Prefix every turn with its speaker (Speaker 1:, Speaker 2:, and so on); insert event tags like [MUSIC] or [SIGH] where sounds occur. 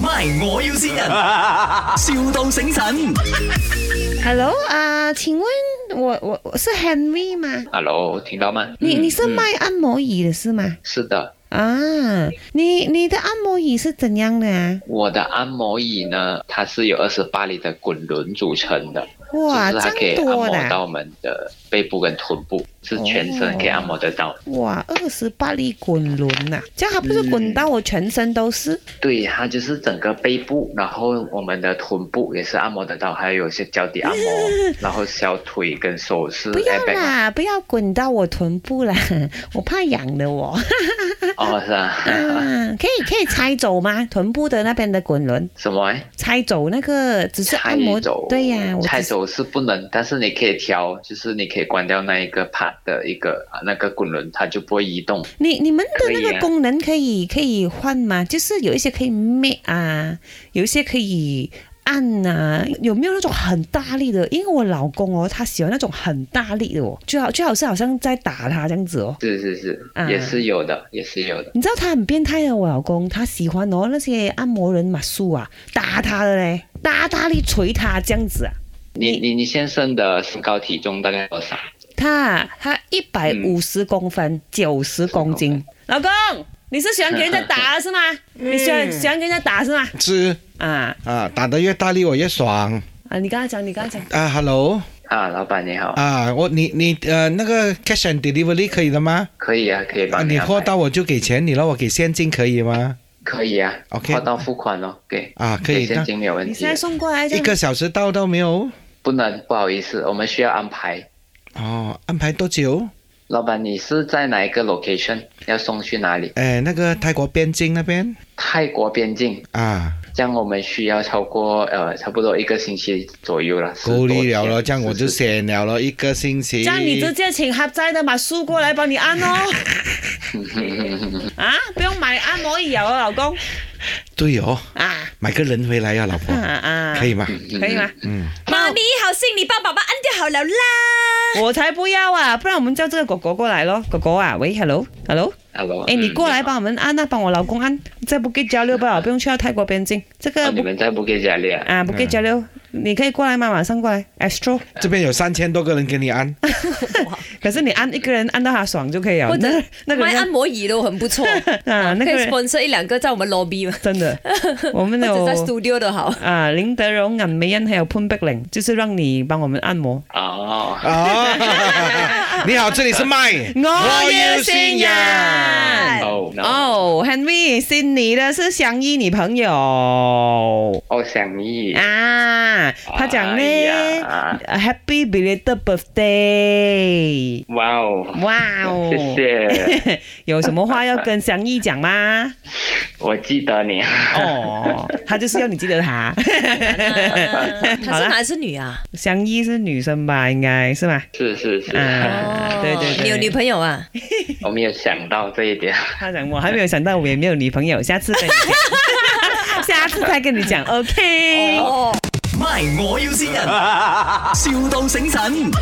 Speaker 1: My，我要先人，, [LAUGHS] 笑到醒神。
Speaker 2: Hello 啊、请问我我我是 Henry 吗？
Speaker 3: Hello，听到吗？
Speaker 2: 你
Speaker 3: 嗯
Speaker 2: 你是
Speaker 3: 嗯
Speaker 2: 卖按摩椅的是吗？
Speaker 3: 是的，
Speaker 2: 啊，你你的按摩椅是怎样的啊？
Speaker 3: 我的按摩椅呢，它是由二十八厘的滚轮组成的，
Speaker 2: 哇，
Speaker 3: 就是它可以
Speaker 2: 这
Speaker 3: 按
Speaker 2: 样多
Speaker 3: 摩
Speaker 2: 的
Speaker 3: 到
Speaker 2: 啊、
Speaker 3: 我们的背部跟臀部，是全身可以按摩得到。
Speaker 2: 哇，二十八粒滚轮呐、
Speaker 3: 嗯
Speaker 2: 这样它不是滚到我全身都是？
Speaker 3: 对，它就是整个背部，然后我们的臀部也是按摩得到，还有一些脚底
Speaker 2: [LAUGHS]
Speaker 3: 按摩，然后小腿跟手是
Speaker 2: 不要
Speaker 3: airbag 啊
Speaker 2: 啦，不要滚到我臀部啦， [LAUGHS] 我怕痒的
Speaker 3: [LAUGHS]
Speaker 2: 我。
Speaker 3: 哦，
Speaker 2: [LAUGHS]
Speaker 3: 是啊，
Speaker 2: 啊，可以可以拆走吗？臀部的那边的滚轮
Speaker 3: 什么诶？
Speaker 2: 拆走那个，只是按
Speaker 3: 拆
Speaker 2: 摩
Speaker 3: 走，
Speaker 2: 对呀、我只
Speaker 3: 拆走是不能，但是你可以调，就是你可以关掉那一个 part 的一个啊那个滚轮，它就不会移动。
Speaker 2: 你你们的那
Speaker 3: 可以
Speaker 2: 个
Speaker 3: 啊
Speaker 2: 功能可以可以换吗？就是有一些可以灭啊，有一些可以按啊，有没有那种很大力的？因为我老公哦，他喜欢那种很大力的哦，最好最好是好像在打他这样子哦。
Speaker 3: 是是是，
Speaker 2: 啊
Speaker 3: 也是有的，也是有的。
Speaker 2: 你知道他很变态的，啊我老公他喜欢哦那些按摩人马术啊，打他的嘞，大大力捶他这样子啊。
Speaker 3: 你你你先生的身高体重大概多少？
Speaker 2: 他啊他一百五十公
Speaker 3: 嗯
Speaker 2: 分，九十、公斤。老公，你是喜欢给人家打是吗？你喜
Speaker 3: 嗯
Speaker 2: 欢喜欢给人家打是吗？
Speaker 4: 吃
Speaker 2: 啊
Speaker 4: 啊，打得越大力我越爽
Speaker 2: 啊！你刚才讲，你刚才讲，
Speaker 4: 啊！Hello
Speaker 3: 啊，老板你好，
Speaker 4: 啊，我你你呃那个 cash and delivery 可以的吗？
Speaker 3: 可以啊，可以
Speaker 4: 啊，
Speaker 3: 帮
Speaker 4: 你
Speaker 3: 安排
Speaker 4: 货到我就给钱你了，我给现金可以吗？
Speaker 3: 可以啊
Speaker 4: OK
Speaker 3: 货到付款哦，给
Speaker 4: 啊可
Speaker 3: 给
Speaker 4: 以
Speaker 3: 现金没有问
Speaker 2: 你
Speaker 3: 题
Speaker 2: 现在，送过来这
Speaker 4: 一
Speaker 2: 样
Speaker 4: 个小时到到没有？
Speaker 3: 不能不好意思，我们需要安排。
Speaker 4: 哦，安排多久？
Speaker 3: 老板，你是在哪一个 location？要送去哪里？
Speaker 4: 哎，那个泰国边境那边
Speaker 3: 泰国边境，
Speaker 4: 啊，
Speaker 3: 这样我们需要超过呃差不多一个星期左右了。十
Speaker 4: 够
Speaker 3: 多
Speaker 4: 力了
Speaker 3: 天
Speaker 4: 了，这样我就是闲了了一个星期。
Speaker 2: 这样你直接请合斋的马叔过来帮你按哦。啊，不用买按摩椅哦，老公
Speaker 4: 对哦，
Speaker 2: 啊
Speaker 4: 买个人回来呀，老婆
Speaker 2: 啊，啊，
Speaker 4: 可以吗？
Speaker 2: 可以吗？
Speaker 4: 嗯，
Speaker 5: 妈咪好心，你帮爸爸按掉好了啦。
Speaker 2: 我才不要啊！不然我们叫这个狗狗过来咯。狗狗啊，喂，hello hello，
Speaker 3: Hello，
Speaker 2: 哎，你
Speaker 3: 嗯
Speaker 2: 过来
Speaker 3: 好
Speaker 2: 帮我们按啊，帮我老公按，在不给交流吧，不用去到泰国边境。这
Speaker 3: 哦
Speaker 2: 个
Speaker 3: 你
Speaker 2: 不
Speaker 3: 们在不给家里啊？
Speaker 2: 啊，不给交流，你可以过来吗？马上过来，Astro。
Speaker 4: 这边有三千多个人给你按，
Speaker 2: 可是你按一个人按到他爽就可以了
Speaker 5: 或，者
Speaker 2: 啊那那个
Speaker 5: 卖按
Speaker 2: 人
Speaker 5: 摩椅都很不错，
Speaker 2: [LAUGHS] 啊，那
Speaker 5: 可
Speaker 2: 个
Speaker 5: 以
Speaker 2: 人
Speaker 5: sponsor 一两个在我们 lobby 嘛，
Speaker 2: 真的，我们
Speaker 5: [LAUGHS] 或
Speaker 2: 有
Speaker 5: 者在 studio
Speaker 2: [LAUGHS]
Speaker 5: 都好。
Speaker 2: 啊，林德荣、尹美欣还有潘碧玲，就是让你帮我们按摩。
Speaker 3: 哦，
Speaker 2: [LAUGHS]
Speaker 4: 哦，你好，这里是麦，
Speaker 2: 我要新人
Speaker 3: 哦，no，
Speaker 2: 哦、h e n r y 是你的是祥一你朋友
Speaker 3: 哦，想你
Speaker 2: 啊，他讲呢、
Speaker 3: 哎呀
Speaker 2: h a p p y belated birthday，
Speaker 3: 哇哦，
Speaker 2: 哇哦，
Speaker 3: 谢谢，
Speaker 2: [LAUGHS] 有什么话要跟祥一讲吗？
Speaker 3: 我记得你。 [LAUGHS]
Speaker 2: 哦，他就是要你记得他。
Speaker 5: 他
Speaker 2: 好
Speaker 5: 是
Speaker 2: 啦，
Speaker 5: 男是女啊？
Speaker 2: 祥一是女生吧，应该是吧？
Speaker 3: 是是是，
Speaker 2: 啊，对对对，
Speaker 5: 你有女朋友啊？
Speaker 3: [LAUGHS] 我没有想到这一点。
Speaker 2: 他讲我还没有想到我也没有女朋友，下次再讲，下次再跟你讲，OK。
Speaker 5: 哦。
Speaker 1: My，我要先人，,笑到醒神。